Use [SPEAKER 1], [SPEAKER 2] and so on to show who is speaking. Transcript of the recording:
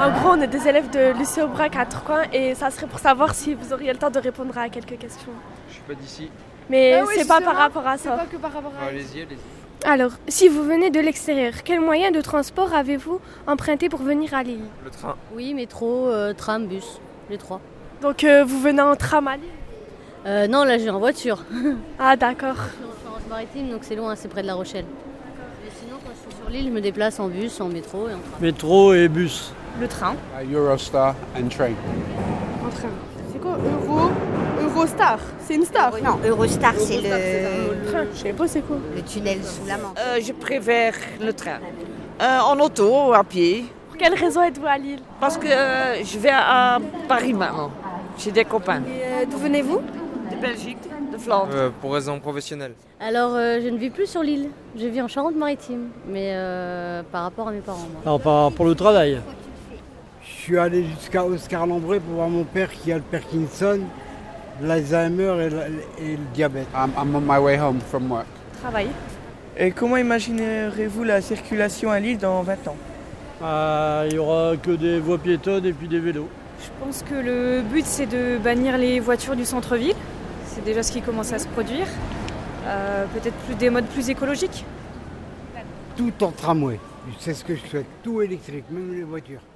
[SPEAKER 1] En gros, on est des élèves de lycée Aubrac à Tourcoing et ça serait pour savoir si vous auriez le temps de répondre à quelques questions.
[SPEAKER 2] Je suis pas d'ici.
[SPEAKER 1] Mais
[SPEAKER 3] Ah oui,
[SPEAKER 1] c'est pas
[SPEAKER 3] justement,
[SPEAKER 1] par rapport à
[SPEAKER 3] C'est
[SPEAKER 1] ça.
[SPEAKER 3] pas que par rapport à
[SPEAKER 2] allez-y, allez-y.
[SPEAKER 4] Alors, si vous venez de l'extérieur, quel moyen de transport avez-vous emprunté pour venir à Lille
[SPEAKER 2] Le train.
[SPEAKER 5] Oui, métro, euh, tram, bus, les trois.
[SPEAKER 1] Donc euh, vous venez en tram à Lille
[SPEAKER 5] Euh, non, là, j'ai en voiture.
[SPEAKER 1] Ah d'accord.
[SPEAKER 5] Je suis en Charente-Maritime, donc c'est loin, c'est près de La Rochelle. Mais sinon, quand je suis sur l'île, je me déplace en bus, en métro et en tram.
[SPEAKER 6] Métro et bus.
[SPEAKER 7] Le train.
[SPEAKER 8] Uh, Eurostar and train.
[SPEAKER 3] C'est quoi Euro Eurostar C'est une star
[SPEAKER 9] Non, Eurostar, c'est le,
[SPEAKER 3] Je sais pas c'est quoi.
[SPEAKER 9] le tunnel sous la Manche.
[SPEAKER 7] Euh, je préfère le train. Euh, en auto ou à pied.
[SPEAKER 1] Pour quelle raison êtes-vous à Lille
[SPEAKER 7] Parce que euh, je vais à Paris maintenant. J'ai des copains.
[SPEAKER 4] euh, D'où venez-vous
[SPEAKER 7] De Belgique, de Flandre.
[SPEAKER 2] Euh, pour raison professionnelle.
[SPEAKER 5] Alors, euh, je ne vis plus sur l'île. Je vis en Charente-Maritime, mais euh, par rapport à mes parents, moi.
[SPEAKER 6] Non, pas pour le travail.
[SPEAKER 10] Je suis allé jusqu'à Oscar Lambret pour voir mon père qui a le Parkinson, l'Alzheimer et, la- et le diabète.
[SPEAKER 8] I'm, I'm on my way home from work.
[SPEAKER 1] Travail.
[SPEAKER 11] Et comment imaginerez-vous la circulation à Lille dans 20 ans
[SPEAKER 6] Euh, Il y aura que des voies piétonnes et puis des vélos.
[SPEAKER 3] Je pense que le but c'est de bannir les voitures du centre-ville. C'est déjà ce qui commence à se produire. Euh, Peut-être plus des modes plus écologiques.
[SPEAKER 10] Tout en tramway. C'est ce que je souhaite. Tout électrique, même les voitures.